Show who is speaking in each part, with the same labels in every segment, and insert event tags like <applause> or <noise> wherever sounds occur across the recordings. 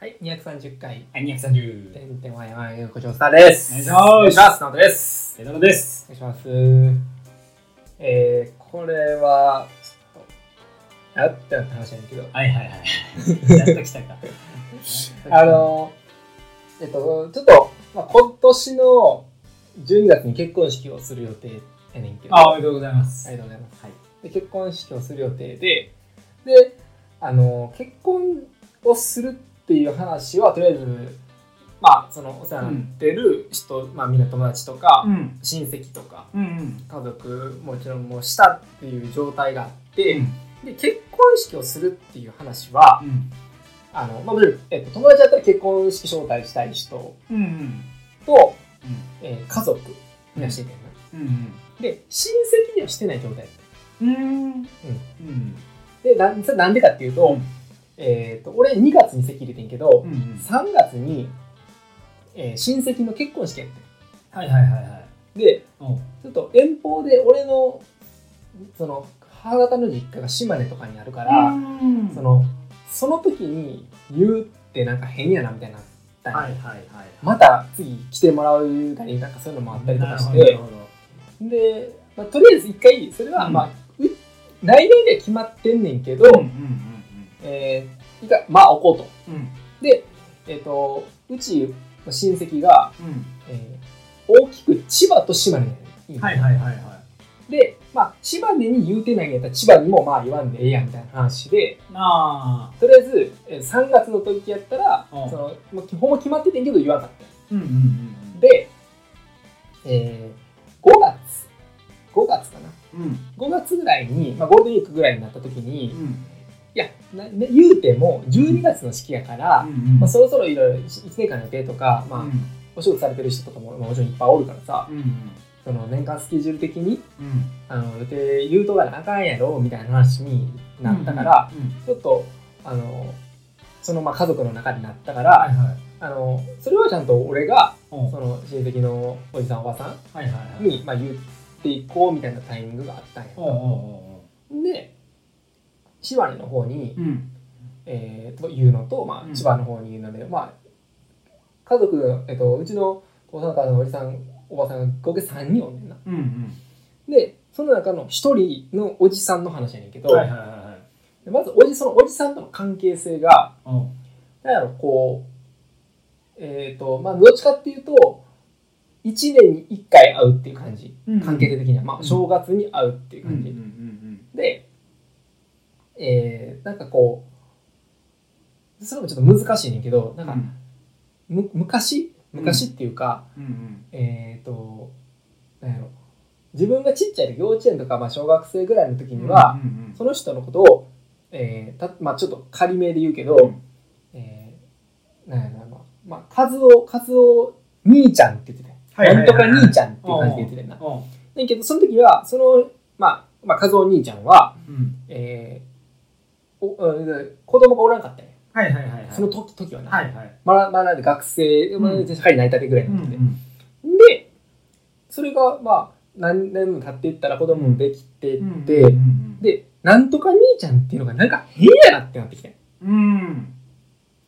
Speaker 1: はい、230回。
Speaker 2: はい、230。
Speaker 1: てんてんわやわやごちそうさまです。
Speaker 2: お願いします
Speaker 1: お願いします。直人です。
Speaker 2: ペドロです。
Speaker 1: お願いします。えー、これは、ちょっとやったって話なんだけど、
Speaker 2: はいはいはい。やっと来たか。
Speaker 1: あ、の、えっと、ちょっと、まあ、今年の12月に結婚式をする予定やねんけど、
Speaker 2: あ、お
Speaker 1: あ
Speaker 2: めでとうございます。
Speaker 1: りがとうございます。
Speaker 2: はい。
Speaker 1: で結婚式をする予定で、で、あの、結婚をするっていう話は、とりあえず、まあ、その、お世話になってる人、まあ、みんな友達とか、
Speaker 2: うん。
Speaker 1: 親戚とか、
Speaker 2: うんうん。
Speaker 1: 家族、もちろんもうしたっていう状態があって、
Speaker 2: うん。
Speaker 1: で、結婚式をするっていう話は、あの、まあ、もちろんえっと、友達だったら結婚式招待したい人
Speaker 2: うん。うん。
Speaker 1: と、
Speaker 2: うん
Speaker 1: えー家族にはしててんな。
Speaker 2: うん。
Speaker 1: で、親戚にはしてない状態。
Speaker 2: うん。うん。
Speaker 1: で、なんそれなんでかっていうと、
Speaker 2: ん
Speaker 1: えー、と俺2月に席入れてんけど、
Speaker 2: うん。
Speaker 1: 3月に、えー親戚の結婚式やって
Speaker 2: はいはいはいは
Speaker 1: ん
Speaker 2: い。
Speaker 1: で
Speaker 2: お
Speaker 1: ちょっと遠方で俺のその母方の実家が島根とかにあるから、
Speaker 2: ん
Speaker 1: そ、のその時に言うってなんか変やなみたいになったんや
Speaker 2: はいはいはい。
Speaker 1: また次来てもらうなりなんかそういうのもあったりとかし
Speaker 2: なる
Speaker 1: て
Speaker 2: ほどなるほ
Speaker 1: で、まあ、とりあえず一回それは、
Speaker 2: うん
Speaker 1: まあう来年では決まってんねんけど、
Speaker 2: どうん
Speaker 1: えー一回まあ置こうと。
Speaker 2: うんうんうん。
Speaker 1: で、えっ、と、うちの親戚が、
Speaker 2: うん。
Speaker 1: えー大きく千葉と島根に
Speaker 2: うん。はいはいはいは
Speaker 1: で、まあ、島根に言うてないんやったら千葉にもまあ言わんでええやんみたいな話で、
Speaker 2: い。なあ。
Speaker 1: とりあえず、えー3月の時やったら、
Speaker 2: うん
Speaker 1: そのもう基本は決まっててんけど言わなかっ
Speaker 2: うんうん
Speaker 1: た。で、えー5月、5月かな。
Speaker 2: うん。うん。
Speaker 1: 5月ぐらいに、まあ、ゴールデンウィークぐらいになった時に、
Speaker 2: う
Speaker 1: い
Speaker 2: ん。
Speaker 1: や、なな言うても12月の式やから、
Speaker 2: うん。
Speaker 1: まあ、そろそろいろいろ1年間の予定とか、まあ
Speaker 2: うん。
Speaker 1: お仕事されてる人とかも、まあ、もちろんいっぱいおるからさ
Speaker 2: うんうん。
Speaker 1: その年間スケジュール的に
Speaker 2: うん。
Speaker 1: あの予定言うとかなあかんやろみたいな話になったから、
Speaker 2: うんうん。
Speaker 1: ちょっとあのそのまあ家族の中になったから、
Speaker 2: はいはい。
Speaker 1: あのそれはちゃんと俺が
Speaker 2: お
Speaker 1: その親戚のおじさんおばさ
Speaker 2: はいはいは
Speaker 1: ん
Speaker 2: い。
Speaker 1: に、まあ、言っていこうみたいなタイミングがあったんや
Speaker 2: おうおうお
Speaker 1: で島根の方に
Speaker 2: うおう。、うん。
Speaker 1: えーと言うのと、ま
Speaker 2: う
Speaker 1: あ、
Speaker 2: ん
Speaker 1: 千葉の方に言うので、まあ家族、えっと、うちのお父さんお母さんのおじさんおばさんが合計3人おんねんな。
Speaker 2: うんうん。
Speaker 1: でその中の一人のおじさんの話やねんけど、
Speaker 2: はいはいはいはい。
Speaker 1: でまずおじそのおじさんとの関係性が
Speaker 2: おう
Speaker 1: なんやろこうえっ、とまあどっちかっていうと1年に1回会うっていう感じ、
Speaker 2: うん
Speaker 1: 関係性的には、ま
Speaker 2: う
Speaker 1: あ、
Speaker 2: ん
Speaker 1: 正月に会うっていう感じ、で、えーなんかこうそれもちょっと難しいねんけどなんか、む昔昔っていうか、えっ、となんやろ自分がちっちゃい時幼稚園とか、まあ、小学生ぐらいの時には、その人のことを、えーたまあ、ちょっと仮名で言うけど、えーなんやろな、まあ、まあ、カズオ、カズオ兄ちゃんって言ってたよ
Speaker 2: はいはいはいはい
Speaker 1: なんとか兄ちゃんっていう感じで言ってたよな。だけど、その時は、その、まあ、まあ、カズオ兄ちゃんは、えーおうん子供がおらんかったんや
Speaker 2: はいはいはいはい。
Speaker 1: その時時はな。
Speaker 2: はいはい。
Speaker 1: まだ、まだ学生、まだ社会になりたてぐらいなんで、で、それが、まあ、何年も経っていったら子供もできてって、で、なんとか兄ちゃんっていうのがなんか変やなってなってきてん
Speaker 2: うん。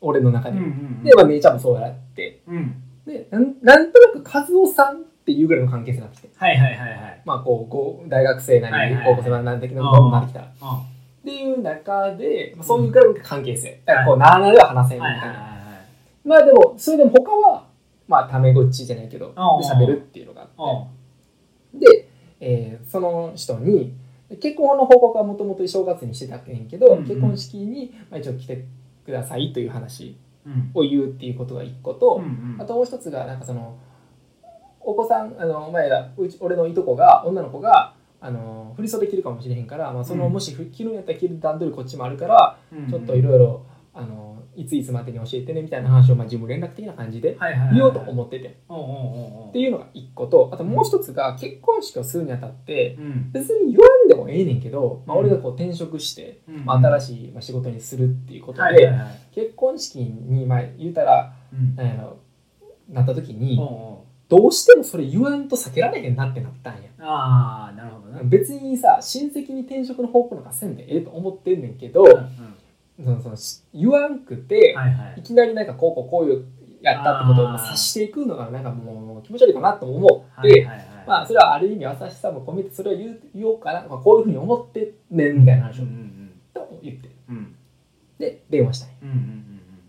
Speaker 1: 俺の中で。
Speaker 2: うん。
Speaker 1: で、まあ、姉ちゃんもそうやって。
Speaker 2: うん。
Speaker 1: で、なんなんとなく和夫さんっていうぐらいの関係性になってきて。
Speaker 2: はいはいはいはい。
Speaker 1: まあ、こう、こう大学生なり、
Speaker 2: はいはいは
Speaker 1: 高
Speaker 2: い
Speaker 1: 校生なりなんだけど、どんなってきたら。っていう中で、まあ、そういうぐらいの関係性。だから、こう、なあなあでは話せんみた
Speaker 2: は
Speaker 1: い
Speaker 2: いはい
Speaker 1: な。
Speaker 2: はい。
Speaker 1: まあ、でも、それでも他は、まあ、タメ口じゃないけど、で
Speaker 2: ああ
Speaker 1: 喋るっていうのがあっ
Speaker 2: お
Speaker 1: て。で、えーその人に、結婚の報告はもともと正月にしてたんやけど、
Speaker 2: うんうん
Speaker 1: 結婚式に、まあ、一応来てくださいという話
Speaker 2: うん。
Speaker 1: を言うっていうことが一個と、あ
Speaker 2: あ
Speaker 1: と
Speaker 2: と、
Speaker 1: もう一つがなんかそのお子さんあの前だうち俺のいとこが女の子があの振り袖着るかもしれへんから、まあ、その
Speaker 2: うん
Speaker 1: もしふ着るんやったら着る段取りこっちもあるから、ちょっといろいろあのいついつまでに教えてねみたいな話を、まあ、自分連絡的な感じで
Speaker 2: はいはい。
Speaker 1: 言おうと思ってて、っ
Speaker 2: おうおうおう
Speaker 1: ていうのが一個とあともう一つが結婚式をするにあたって
Speaker 2: うん。
Speaker 1: 別に言わんでもええねんけど、まあ、俺がこう転職して、
Speaker 2: うん。
Speaker 1: まあ、新しいまあ仕事にするっていうことで、
Speaker 2: はいはいはい。
Speaker 1: 結婚式にまあ言うたら
Speaker 2: うん。
Speaker 1: なんやろなった時に。
Speaker 2: おお
Speaker 1: どうしてもそれ言わんと避けられへんなってなったんや
Speaker 2: ああ、なるほどな。
Speaker 1: 別にさ親戚に転職の報告なんかせんでええと思ってんねんけど、
Speaker 2: うん
Speaker 1: そのそのし言わんくて、、
Speaker 2: はいはいい。
Speaker 1: きなりなんかこうこうこういうやったってことを
Speaker 2: あー
Speaker 1: 察していくのがなんかもう気持ち悪いかなとも思って、
Speaker 2: はいはいはい。
Speaker 1: まあ、それはある意味優しさも込めてそれを言う言おうかな、まあ、こういうふうに思ってねみたいな話
Speaker 2: う
Speaker 1: を
Speaker 2: んうん
Speaker 1: 言って
Speaker 2: うん。うん
Speaker 1: で電話したんや
Speaker 2: うんうん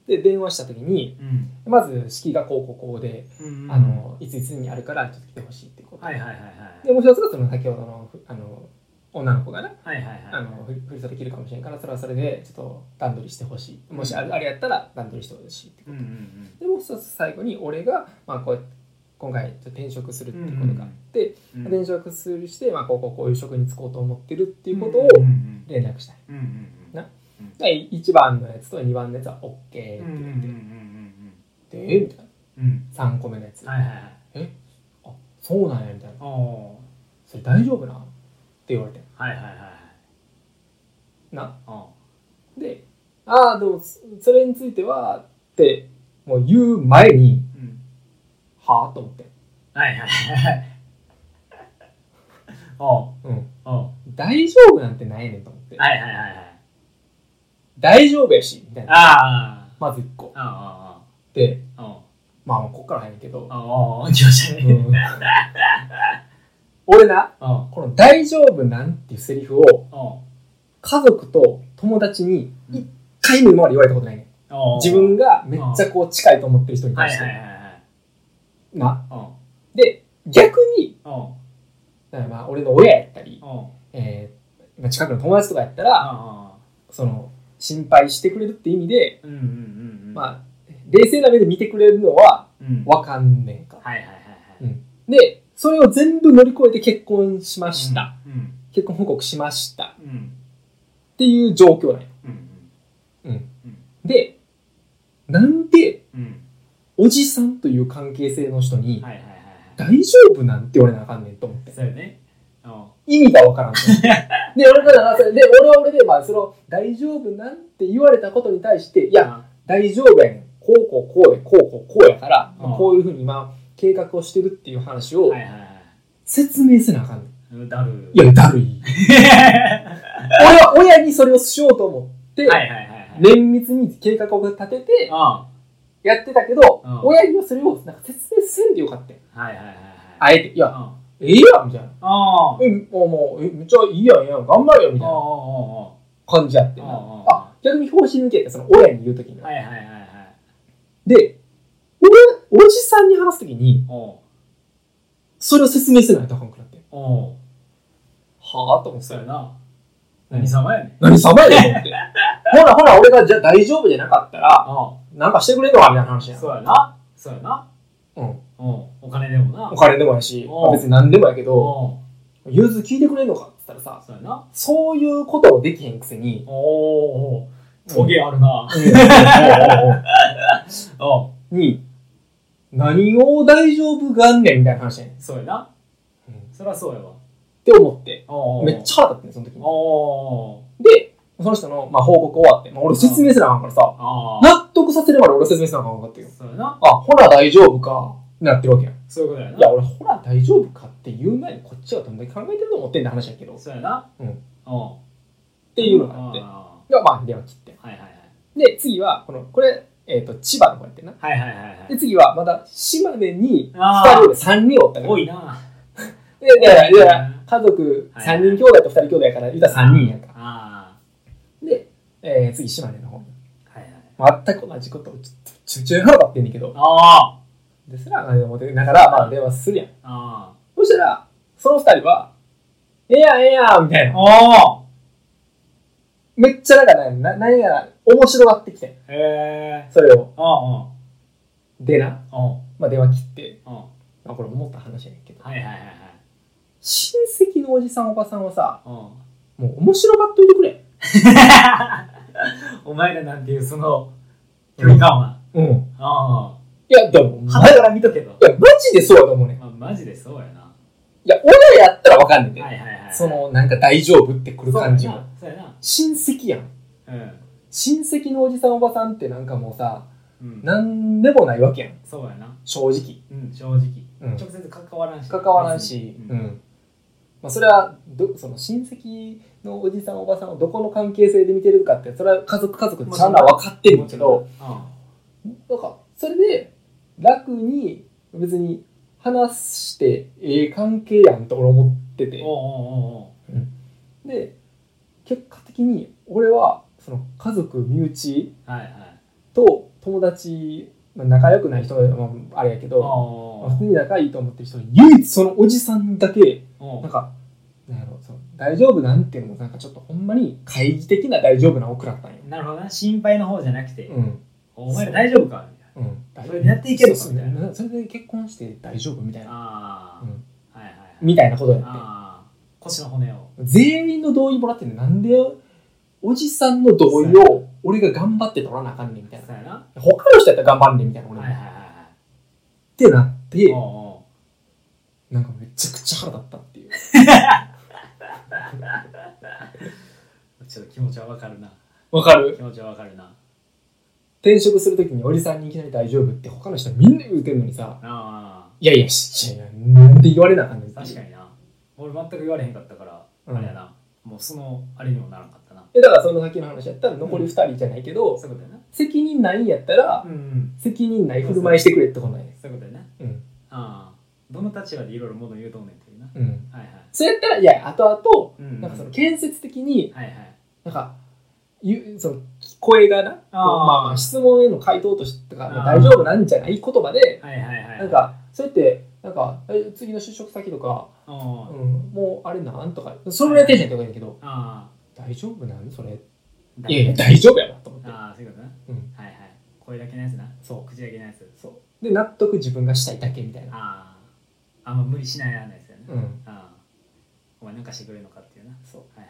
Speaker 1: で電話した時に
Speaker 2: うんうん。
Speaker 1: まず式がこうこうこうで、
Speaker 2: うんうん
Speaker 1: あ、のいついつにあるからちょっと来てほしいってこと、
Speaker 2: はいはいはいは
Speaker 1: で
Speaker 2: い。
Speaker 1: もう一つがその先ほどのふあの女の子がな
Speaker 2: はいはいはい。
Speaker 1: あのふりふりできるかもしれんからそれはそれでちょっと段取りしてほしいもしあれあれやったら段取りしてほしいってこ
Speaker 2: う
Speaker 1: と、
Speaker 2: んうんうん。
Speaker 1: でもう一つ最後に俺が、まあ、こうやって今回ちょっと転職するっていうことがあって、
Speaker 2: うん
Speaker 1: 転職するして、まあ、こうこうこういう職に就こうと思ってるっていうことを
Speaker 2: うんうん
Speaker 1: 連絡したい。
Speaker 2: うんうんうん。
Speaker 1: で1番のやつと2番のやつは OK って
Speaker 2: う
Speaker 1: 言
Speaker 2: んうんうんうん
Speaker 1: って、でえみたい
Speaker 2: うんうん。
Speaker 1: な3個目のやつ、
Speaker 2: はいはいはい。
Speaker 1: あそうなんやみたいな
Speaker 2: おお
Speaker 1: それ大丈夫なって言われて
Speaker 2: ー。はいはいはいはい。
Speaker 1: な
Speaker 2: おー
Speaker 1: でああでもそそれについてはってもう言う前に
Speaker 2: うん。
Speaker 1: はあと思って、
Speaker 2: はいはいはい。おー
Speaker 1: うん、
Speaker 2: お
Speaker 1: 大丈夫なんてないねんと思って
Speaker 2: ー。はいはいはいはい。
Speaker 1: 大丈夫やしみたいな
Speaker 2: あ
Speaker 1: まず1個
Speaker 2: あ。あ
Speaker 1: で
Speaker 2: あ。おー
Speaker 1: まあこっから入るけど、
Speaker 2: おー。おー。来ました
Speaker 1: う
Speaker 2: ね。
Speaker 1: ん俺な
Speaker 2: おー。
Speaker 1: この「大丈夫なん?」ていうセリフを
Speaker 2: お
Speaker 1: 家族と友達に一回も今まで言われたことないねん
Speaker 2: ー。おー。
Speaker 1: 自分がめっちゃこう近いと思ってる人に
Speaker 2: は
Speaker 1: 対
Speaker 2: い
Speaker 1: し
Speaker 2: はいはい
Speaker 1: て
Speaker 2: はい。
Speaker 1: な
Speaker 2: おー。
Speaker 1: で逆に
Speaker 2: おー。
Speaker 1: だからまあ俺の親やったり、
Speaker 2: おー。
Speaker 1: えーまあ近くの友達とかやったら
Speaker 2: あ
Speaker 1: その心配してくれるって意味で、
Speaker 2: うんうんうんうん。あ、
Speaker 1: まあ、冷静な目で見てくれるのは
Speaker 2: うん。
Speaker 1: わかんねえか
Speaker 2: はいはいはいは
Speaker 1: う
Speaker 2: い。
Speaker 1: んでそれを全部乗り越えて結婚しました、。
Speaker 2: うん。
Speaker 1: 結婚報告しました
Speaker 2: うん。
Speaker 1: っていう状況なんよ、
Speaker 2: うん。
Speaker 1: うん
Speaker 2: うん
Speaker 1: でなんで
Speaker 2: うん。
Speaker 1: おじさんという関係性の人に
Speaker 2: はいはい
Speaker 1: 「
Speaker 2: はいは
Speaker 1: 大丈夫?」なんて言われなあかんねんと思って
Speaker 2: い。そうよね。お
Speaker 1: 意味がわからんと
Speaker 2: <laughs>
Speaker 1: 思ってで俺から話せで俺は俺でまあその「大丈夫なん?」て言われたことに対して「い
Speaker 2: い
Speaker 1: や、大丈夫やねんこうこうこうでこうこうこうやから、まあ
Speaker 2: うん
Speaker 1: こういうふうに今計画をしてるっていう話を
Speaker 2: はいはいは
Speaker 1: 説明せなあかんねん
Speaker 2: い。だる。
Speaker 1: いやだるい俺は <laughs> 親にそれをしようと思って、
Speaker 2: はいはいはいはい。。
Speaker 1: 綿密に計画を立てて
Speaker 2: あ
Speaker 1: やってたけど、
Speaker 2: うん
Speaker 1: 親にはそれをなんか説明せんでよかったよ
Speaker 2: はいはいはいはい。
Speaker 1: あえていや
Speaker 2: あ
Speaker 1: ええやんみたいな
Speaker 2: あ。ああ。
Speaker 1: えもうもうえめっちゃいいやんええやん頑張れよみたいな
Speaker 2: あ
Speaker 1: 感じやって
Speaker 2: あ。
Speaker 1: な
Speaker 2: あ
Speaker 1: あ逆に拍子抜けてその親に言う時には
Speaker 2: はいはいはいはい。
Speaker 1: で俺おじさんに話す時に
Speaker 2: お
Speaker 1: それを説明せないとあかんくなって
Speaker 2: お。
Speaker 1: はあと思って
Speaker 2: そうやな。何様やね。
Speaker 1: 何様やねんと思ってほらほら俺がじゃあ大丈夫じゃなかったら
Speaker 2: あ
Speaker 1: なんかしてくれんのかみたいな話やん
Speaker 2: そうやな。そうやな。
Speaker 1: うん、
Speaker 2: おお金でもな。
Speaker 1: お金でもやし、
Speaker 2: うん
Speaker 1: まあ別に何でもやけ
Speaker 2: お
Speaker 1: ど
Speaker 2: お。
Speaker 1: 融通聞いてくれんのかって言ったらさ
Speaker 2: そうやな。
Speaker 1: そういうことをできへんくせに
Speaker 2: おお。トゲあるな。おお。
Speaker 1: <laughs> に何を大丈夫がんねんみたいな話やねんっ
Speaker 2: そうやな。そりゃそうやわ。
Speaker 1: て思って
Speaker 2: お
Speaker 1: めっちゃ腹立ってんその時に
Speaker 2: おお。
Speaker 1: でその人の、まあ、報告終わって、まあ、俺説明せなあかんからさ
Speaker 2: ああ。
Speaker 1: 納得させるまで俺説明せなあかんかったよ
Speaker 2: そうやな。
Speaker 1: あほら大丈夫かなってるわけやんい
Speaker 2: そういうことやな。
Speaker 1: や俺ほら大丈夫かって言う前にこっちはどんだけ考えてると思ってんだ話やけどっ
Speaker 2: そうやな。
Speaker 1: うん。
Speaker 2: おって
Speaker 1: いうのがあって
Speaker 2: は
Speaker 1: がまあ電話切って
Speaker 2: いはいはい。
Speaker 1: で次はこのこれ、えー、と千葉の子やってんな
Speaker 2: はいはいはいは
Speaker 1: で
Speaker 2: い。
Speaker 1: 次はまだ島根に
Speaker 2: あ
Speaker 1: 2
Speaker 2: ー
Speaker 1: 人で3人おったから
Speaker 2: 多いな。
Speaker 1: でだからだから家族
Speaker 2: はい
Speaker 1: 3人兄弟と2人兄弟やから言うたら3人やんか
Speaker 2: あ
Speaker 1: で、えー次島根の方に
Speaker 2: あ。はいはい。
Speaker 1: 全く同じことをちょっとちょちょい腹立ってんねんけど
Speaker 2: あ
Speaker 1: ですら何でも思ってだからまあ電話するやん
Speaker 2: あ。あ
Speaker 1: そしたらその2人は「ええやんええやん」みたい
Speaker 2: あ。
Speaker 1: な
Speaker 2: おお。
Speaker 1: めっちゃなんかねな何やら面白がってきて
Speaker 2: へえ。
Speaker 1: それを
Speaker 2: おお。
Speaker 1: でな、
Speaker 2: おお。
Speaker 1: まあ、電話切って、
Speaker 2: おお。
Speaker 1: まあ、これ思った話やねんけど
Speaker 2: はいはいはいはい。
Speaker 1: 親戚のおじさんおばさんはさ
Speaker 2: おお。
Speaker 1: もう面白がっといてくれ
Speaker 2: <laughs> お前らなんていうその距離感は。
Speaker 1: うん
Speaker 2: あ
Speaker 1: いやでも
Speaker 2: あ。
Speaker 1: ま
Speaker 2: 肌から見とけと
Speaker 1: い。やマジでそうだと思うねん
Speaker 2: まあ、マジでそうやな。
Speaker 1: いや、俺やったらわかんねんで、
Speaker 2: はいはいはい。
Speaker 1: その、なんか大丈夫ってくる感じも。
Speaker 2: そうやな。
Speaker 1: 親戚やん。
Speaker 2: そうやな。
Speaker 1: 親戚のおじさんおばさんってなんかもうさ、
Speaker 2: うん。うん。
Speaker 1: なんでもないわけやん。
Speaker 2: そうやな。
Speaker 1: 正直。
Speaker 2: うん、正直。
Speaker 1: うん
Speaker 2: 直接関わらんし。
Speaker 1: 関わらんし、
Speaker 2: 別
Speaker 1: う
Speaker 2: に
Speaker 1: ん。まあ、それはどその親戚のおじさんおばさんをどこの関係性で見てるかってそれは家族家族ちゃんと分かってるけどなんかそれで楽に別に話してええ関係やんと俺思って
Speaker 2: う
Speaker 1: て
Speaker 2: ん、おうおうおう
Speaker 1: で結果的に俺はその家族身内
Speaker 2: おうはいはい
Speaker 1: と友達、まあ、仲良くない人が、まあ、あれやけ
Speaker 2: おう
Speaker 1: ど、ま
Speaker 2: お
Speaker 1: あ普通に仲いいと思ってる人に唯一そのおじさんだけ
Speaker 2: うおう
Speaker 1: なんかなんやろその大丈夫なんていうのもなんかちょっとほんまに懐疑的な大丈夫な奥だったんよ。
Speaker 2: なるほどな心配の方じゃなくて、
Speaker 1: うん
Speaker 2: お前ら大丈夫かみたい
Speaker 1: うん、
Speaker 2: それでやっていけるのか
Speaker 1: そう
Speaker 2: みたいな
Speaker 1: そうそれで結婚して大丈夫みたい
Speaker 2: な
Speaker 1: な、
Speaker 2: あ
Speaker 1: うん
Speaker 2: あ、はいはいはい
Speaker 1: みたいなことやって
Speaker 2: ああ腰の骨を
Speaker 1: 全員の同意もらってんのになんでおじさんの同意を俺が頑張って取らなあかんねんみたいな
Speaker 2: そうやな
Speaker 1: 他の人やったら頑張んねんみたいな俺
Speaker 2: は
Speaker 1: も、
Speaker 2: いはいは
Speaker 1: ってなって
Speaker 2: いはいおうおう
Speaker 1: なんかめちゃくちゃ腹立ったっていう
Speaker 2: ちょっと気持ちはわかるな
Speaker 1: わかる
Speaker 2: 気持ちはわかるな
Speaker 1: 転職するときにおじさんにいきなり大丈夫って他の人みんな言うてんのにさ
Speaker 2: あ
Speaker 1: いやいやしいやいやなんで言われなあかんねん
Speaker 2: あ確か
Speaker 1: に
Speaker 2: にな俺全く言われへんかったから、
Speaker 1: うん
Speaker 2: あれやなもうそのあれにもならんかったな
Speaker 1: えだからその先の話やったら残り2人じゃないけど、
Speaker 2: そういうことやな
Speaker 1: 責任ないんやったら
Speaker 2: うんうん
Speaker 1: 責任ない振る舞いしてくれってことなんや
Speaker 2: そういうことやな
Speaker 1: うん
Speaker 2: ああどの立場でいろいろ物言うとんねんっていうな
Speaker 1: うん
Speaker 2: はいはい
Speaker 1: そうやったらいや後々
Speaker 2: うんうん
Speaker 1: なんかその建設的に
Speaker 2: はいはい
Speaker 1: なんかゆその声がな
Speaker 2: あー
Speaker 1: まあまあ質問への回答としてか
Speaker 2: あ
Speaker 1: 大
Speaker 2: ー
Speaker 1: 丈夫なんじゃない言葉で
Speaker 2: はいはいはい
Speaker 1: なんかそうやってなんかえ次の就職先とか、
Speaker 2: お
Speaker 1: うん、
Speaker 2: お
Speaker 1: もうあれなんとかそれぐらいテンション高いんだけど
Speaker 2: あ
Speaker 1: 大丈夫なんそれ
Speaker 2: あ
Speaker 1: いやいや大丈夫やわと思って
Speaker 2: ああそういうことな
Speaker 1: うん
Speaker 2: はいはい声だけのやつな
Speaker 1: そう
Speaker 2: 口だけのやつ
Speaker 1: そうで納得自分がしたいだけみたいな
Speaker 2: あああんま無理しないやないですよね、
Speaker 1: うん
Speaker 2: ああお前なんかしてくれるのかっていうなは
Speaker 1: そう
Speaker 2: いはい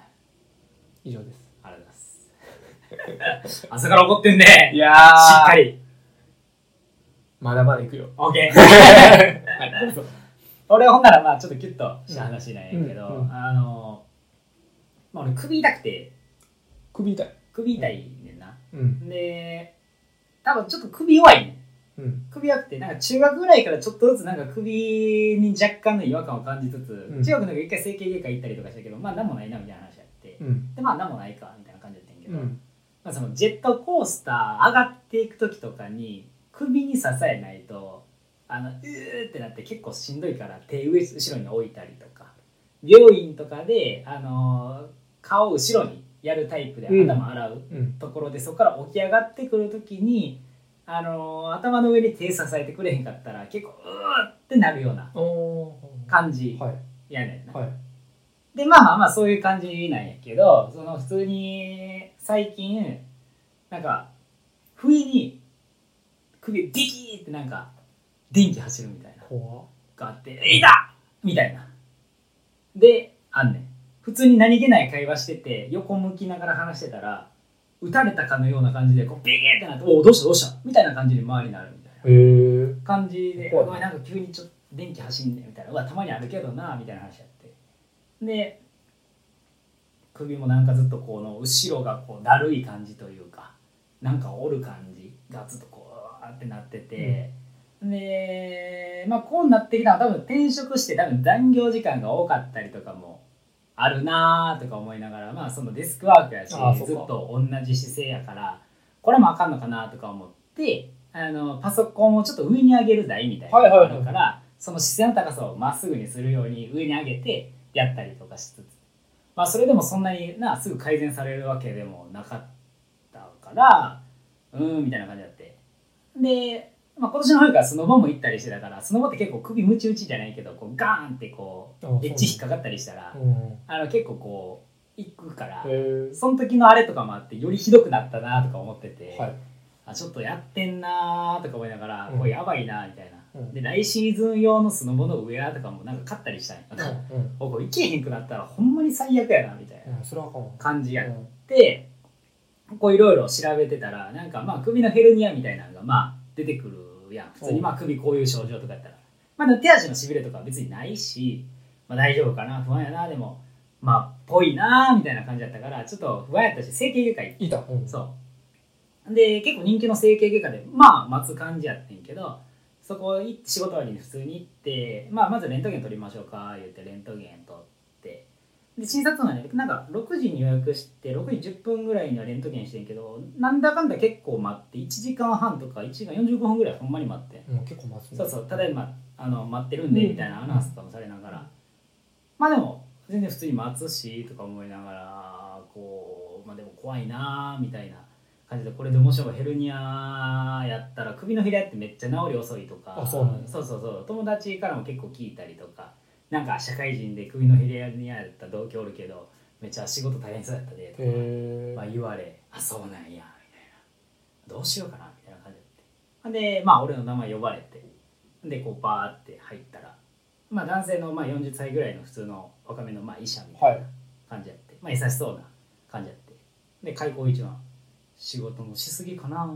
Speaker 1: 以上です
Speaker 2: ありがとうございます
Speaker 1: <laughs>
Speaker 2: 朝から怒ってんね
Speaker 1: や
Speaker 2: しっか
Speaker 1: り
Speaker 2: り
Speaker 1: まだまだいくよは
Speaker 2: OK
Speaker 1: いどうぞ
Speaker 2: 俺ほんならまあちょっとキュッとした話なんやけど、
Speaker 1: うんうん
Speaker 2: あのまあ俺首痛くて
Speaker 1: 首痛い
Speaker 2: 首痛いねんな、
Speaker 1: うん
Speaker 2: で多分ちょっと首弱いねん
Speaker 1: うん
Speaker 2: 首弱くてなんか中学ぐらいからちょっとずつなんか首に若干の違和感を感じつつ、
Speaker 1: うん
Speaker 2: 中学なんか一回整形外科行ったりとかしたけどまあなんもないなみたいな話やって、
Speaker 1: うん
Speaker 2: でまあなんもないかみたいな感じだったんやけ
Speaker 1: う
Speaker 2: ど、
Speaker 1: ん
Speaker 2: まあ、そのジェットコースター上がっていく時とかに首に支えないとあのうーってなって結構しんどいから手上後ろに置いたりとか病院とかで、あのー顔を後ろにやるタイプで
Speaker 1: うん
Speaker 2: 頭洗う
Speaker 1: うん
Speaker 2: ところで、そこから起き上がってくる時に、あのー頭の上に手支えてくれへんかったら結構うーってなるような
Speaker 1: おお
Speaker 2: 感じ
Speaker 1: はい
Speaker 2: やねんな。
Speaker 1: はい
Speaker 2: でまあまあまあそういう感じなんやけどその普通に最近なんか不意に首ビキーってなんか電気走るみたいな
Speaker 1: 怖っ
Speaker 2: があって「いた!」みたいなであんねん普通に何気ない会話してて横向きながら話してたら撃たれたかのような感じでこうビキーってなって「おおどうしたどうした?」みたいな感じに周りになるみたいな
Speaker 1: へえ
Speaker 2: 感じで「
Speaker 1: はい
Speaker 2: お前なんか急にちょっと電気走んね」みたいな「うわたまにあるけどな」みたいな話やってで首もなんかずっとこの後ろがこうだるい感じというかなんか折る感じがずっとこうあってなってて、でまあこうなってきたのは多分転職して多分残業時間が多かったりとかもあるなーとか思いながらまあそのデスクワークやしずっ
Speaker 1: あーそっか
Speaker 2: と同じ姿勢やからこれもあかんのかなとか思ってあのパソコンをちょっと上に上げる台みたいなのがあるから、その視線の高さをまっすぐにするように上に上げてやったりとかしつつ、まあ、それでもそんなになすぐ改善されるわけでもなかったからうーんみたいな感じだってで、まあ、今年の春からスノボも行ったりしてたからスノボって結構首ムチ打ちじゃないけどこうガーンってこ
Speaker 1: あそう
Speaker 2: うエッジ引っかかったりしたら
Speaker 1: うんへ
Speaker 2: あの結構こう行くから。
Speaker 1: え
Speaker 2: その時のあれとかもあってよりひどくなったなとか思ってて、
Speaker 1: はい
Speaker 2: あちょっとやってんなとか思いながら、
Speaker 1: うん
Speaker 2: これやばいなみたいな、
Speaker 1: うん
Speaker 2: で来シーズン用のスノボのウェアとかもなんか買ったりしたんや、
Speaker 1: うん
Speaker 2: おこれ行けへんくなったらほんまに最悪やなみたいな
Speaker 1: うんそれはあかんわ
Speaker 2: 感じやっ
Speaker 1: うん
Speaker 2: て、こういろいろ調べてたらなんかまあ首のヘルニアみたいなのがまあ出てくるやん普通にまあ首こういう症状とかやったら、まあ、でも手足のしびれとかは別にないし、まあ、大丈夫かな不安やなでもまあぽいなみたいな感じだったからちょっと不安やったし整形外科行って
Speaker 1: いたうん
Speaker 2: そう。で、結構人気の整形外科で、まあ、待つ感じやってんけど、そこ行って仕事終わりに普通に行って、まあ、まずレントゲン取りましょうか、言ってレントゲン取って、で診察までなんか6時に予約して6時10分ぐらいにはレントゲンしてんけどなんだかんだ結構待って1時間半とか1時間45分ぐらいほんまに待って
Speaker 1: もう結構待つね
Speaker 2: そうそうただいまあの待ってるんでみたいなアナウンスとかもされながら、まあでも全然普通に待つしとか思いながらこうまあでも怖いなーみたいな感じでこれでもしもヘルニアやったら首のひらってめっちゃ治り遅いとか
Speaker 1: あそうなんや
Speaker 2: そうそうそう友達からも結構聞いたりとかなんか社会人で首のひらにあった同居おるけどめっちゃ仕事大変そうやったでとか、
Speaker 1: へ
Speaker 2: まあ、
Speaker 1: え
Speaker 2: 言われ「あそうなんや」みたいな「どうしようかな」みたいな感じででまあ俺の名前呼ばれてでこうバーって入ったら、まあ、男性のまあ40歳ぐらいの普通の若めのまあ医者みた
Speaker 1: はい
Speaker 2: ない感じやって、まあ、優しそうな感じやってで開口一番「仕事もしすぎかな」っ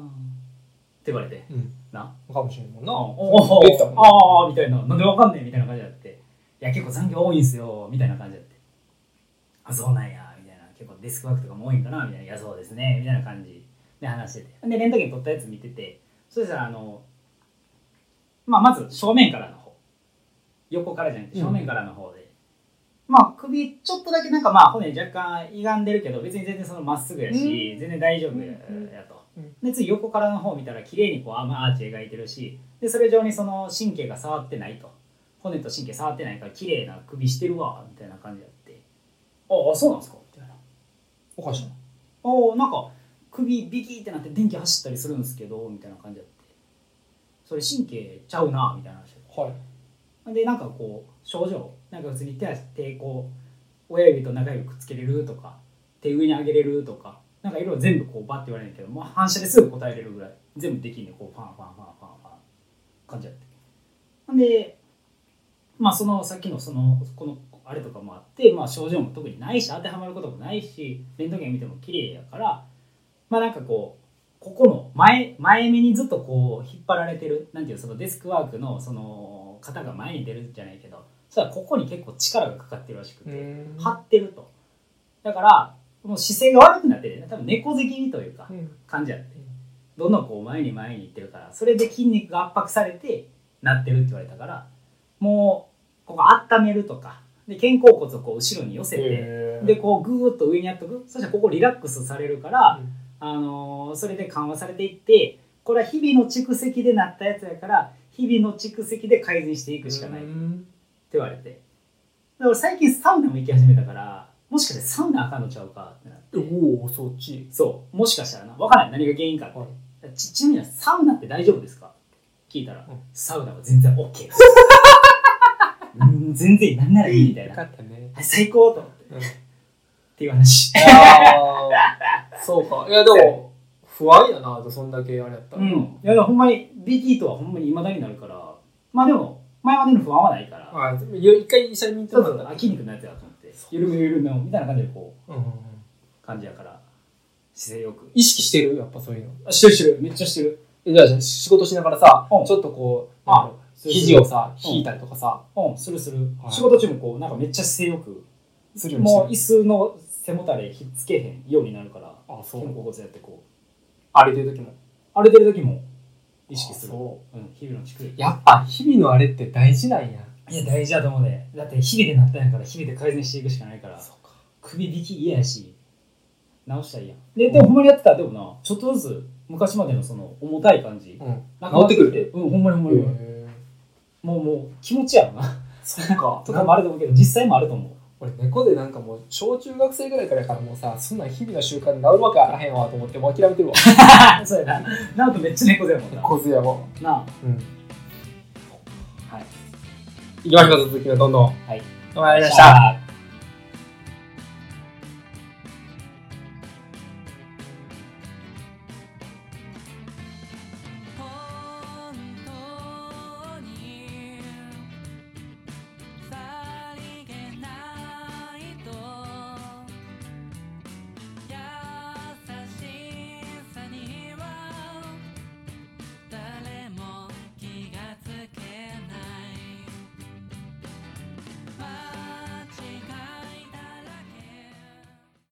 Speaker 2: て言われて
Speaker 1: うん
Speaker 2: な
Speaker 1: かもしれんもんな
Speaker 2: あお
Speaker 1: できたもん
Speaker 2: おああみたいななんでわかんねえみたいな感じだっていや結構残業多いんすよみたいな感じだってあそうなんやみたいな結構デスクワークとかも多いんかなみたいないやそうですねみたいな感じで話しててでレンタゲン撮ったやつ見ててそしたらあのまあまず正面からの方横からじゃなくて正面からの方で、まあ首ちょっとだけなんかまあ骨若干歪んでるけど別に全然そのまっすぐやし、全然大丈夫やと、
Speaker 1: うん
Speaker 2: で次横からの方見たら綺麗にこうアームアーチ描いてるしでそれ上にその神経が触ってないと骨と神経触ってないから綺麗な首してるわみたいな感じやって「ああそうなんですか」みたいな
Speaker 1: おかしいな
Speaker 2: おーなんか首ビキってなって電気走ったりするんですけどみたいな感じだってそれ神経ちゃうなみたいな話
Speaker 1: はい
Speaker 2: でなんかこう症状なんか普通に手足抵抗親指と中指くっつけれるとか手上に上げれるとかなんかいろいろ全部こうバッて言われるけどもう反射ですぐ答えれるぐらい全部できんねこうファンファンファンファンファン感じやってほんでまあそのさっきのそのこのあれとかもあって、まあ、症状も特にないし当てはまることもないしレントゲン見ても綺麗やからまあなんかこうここの前前目にずっとこう引っ張られてるなんていうそのデスクワークのその肩が前に出るじゃないけどそしたらここに結構力がかかってるらしくて、
Speaker 1: ん
Speaker 2: 張ってるとだからもう姿勢が悪くなってるね多分猫背気味というか
Speaker 1: うん
Speaker 2: 感じやってどんどんこう前に前にいってるからそれで筋肉が圧迫されてなってるって言われたからもうここ温めるとかで肩甲骨をこう後ろに寄せて
Speaker 1: へー
Speaker 2: でこうグーッと上にやっとくそしたらここリラックスされるから、
Speaker 1: うん
Speaker 2: あのーそれで緩和されていってこれは日々の蓄積でなったやつやから日々の蓄積で改善していくしかないって
Speaker 1: うん
Speaker 2: 言われてで俺最近サウナも行き始めたからもしかしてサウナあかんのちゃうかってなって
Speaker 1: おおそっち
Speaker 2: そうもしかしたらな分からない何が原因かって
Speaker 1: はい
Speaker 2: ちちなみにサウナって大丈夫ですかって聞いたら、
Speaker 1: うん
Speaker 2: サウナは全然 OK <laughs> ですうん全然なんならいいみたい
Speaker 1: よ
Speaker 2: な
Speaker 1: ったね
Speaker 2: あ最高と思っ
Speaker 1: う
Speaker 2: てっ
Speaker 1: ん
Speaker 2: ていう話
Speaker 1: あーそうか。いや、でも、不安やな、そんだけあれやったら。
Speaker 2: うん、いやでもほんまに BT とはほんまに未だになるからまあでも前までの不安はないから、
Speaker 1: あでもよ一回医者に見て
Speaker 2: ちょ
Speaker 1: も
Speaker 2: っ
Speaker 1: らっ
Speaker 2: と
Speaker 1: た
Speaker 2: あ
Speaker 1: ら。
Speaker 2: 筋肉のやつやと思って緩め緩めをみたいな感じでこ
Speaker 1: うんうんうん
Speaker 2: う感じやから姿勢よく
Speaker 1: 意識してるやっぱそういうの。
Speaker 2: あしてるしてるめっちゃしてる
Speaker 1: えじゃあ、仕事しながらさ、
Speaker 2: うん
Speaker 1: ちょっとこう、
Speaker 2: あ
Speaker 1: なんだろう肘をさ、
Speaker 2: うん
Speaker 1: 引いたりとかさ、
Speaker 2: うんするする、
Speaker 1: はい
Speaker 2: 仕事中もこうなんかめっちゃ姿勢よく
Speaker 1: するようにして
Speaker 2: も
Speaker 1: る
Speaker 2: う椅子の背もたれひっつけへんようになるから
Speaker 1: あ、そ
Speaker 2: 肩甲
Speaker 1: う。
Speaker 2: 骨やってこ
Speaker 1: 荒れてる時も。
Speaker 2: う歩いてる時も意識する
Speaker 1: あそ
Speaker 2: うん、日々の蓄
Speaker 1: うやっぱ、日々のあれって大事なんや。
Speaker 2: いや大事だと思うでだって日々でなったんやから日々で改善していくしかないから
Speaker 1: うか。
Speaker 2: 首引き嫌やし直したらいいやんででもほんまにやってたらでもなちょっとずつ昔までのその重たい感じ
Speaker 1: うん。
Speaker 2: な
Speaker 1: 治ってくる。
Speaker 2: うんほんまにほんまに、
Speaker 1: へー
Speaker 2: もうもう気持ちやろな
Speaker 1: そう <laughs> か。
Speaker 2: とかもあると思うけど実際もあると思
Speaker 1: 俺猫でなんかもう小中学生ぐらいからやからもうさそんなん日々の習慣で治るわけあらへんわと思ってもう諦めてるわ
Speaker 2: う <laughs> そうやななんとめっちゃ猫背やもんな
Speaker 1: 小津やも
Speaker 2: な
Speaker 1: うん
Speaker 2: あはい
Speaker 1: いきましょう続きをどんどん
Speaker 2: はい
Speaker 1: お前ありがとうございまし
Speaker 2: じ
Speaker 1: た
Speaker 2: ゃあ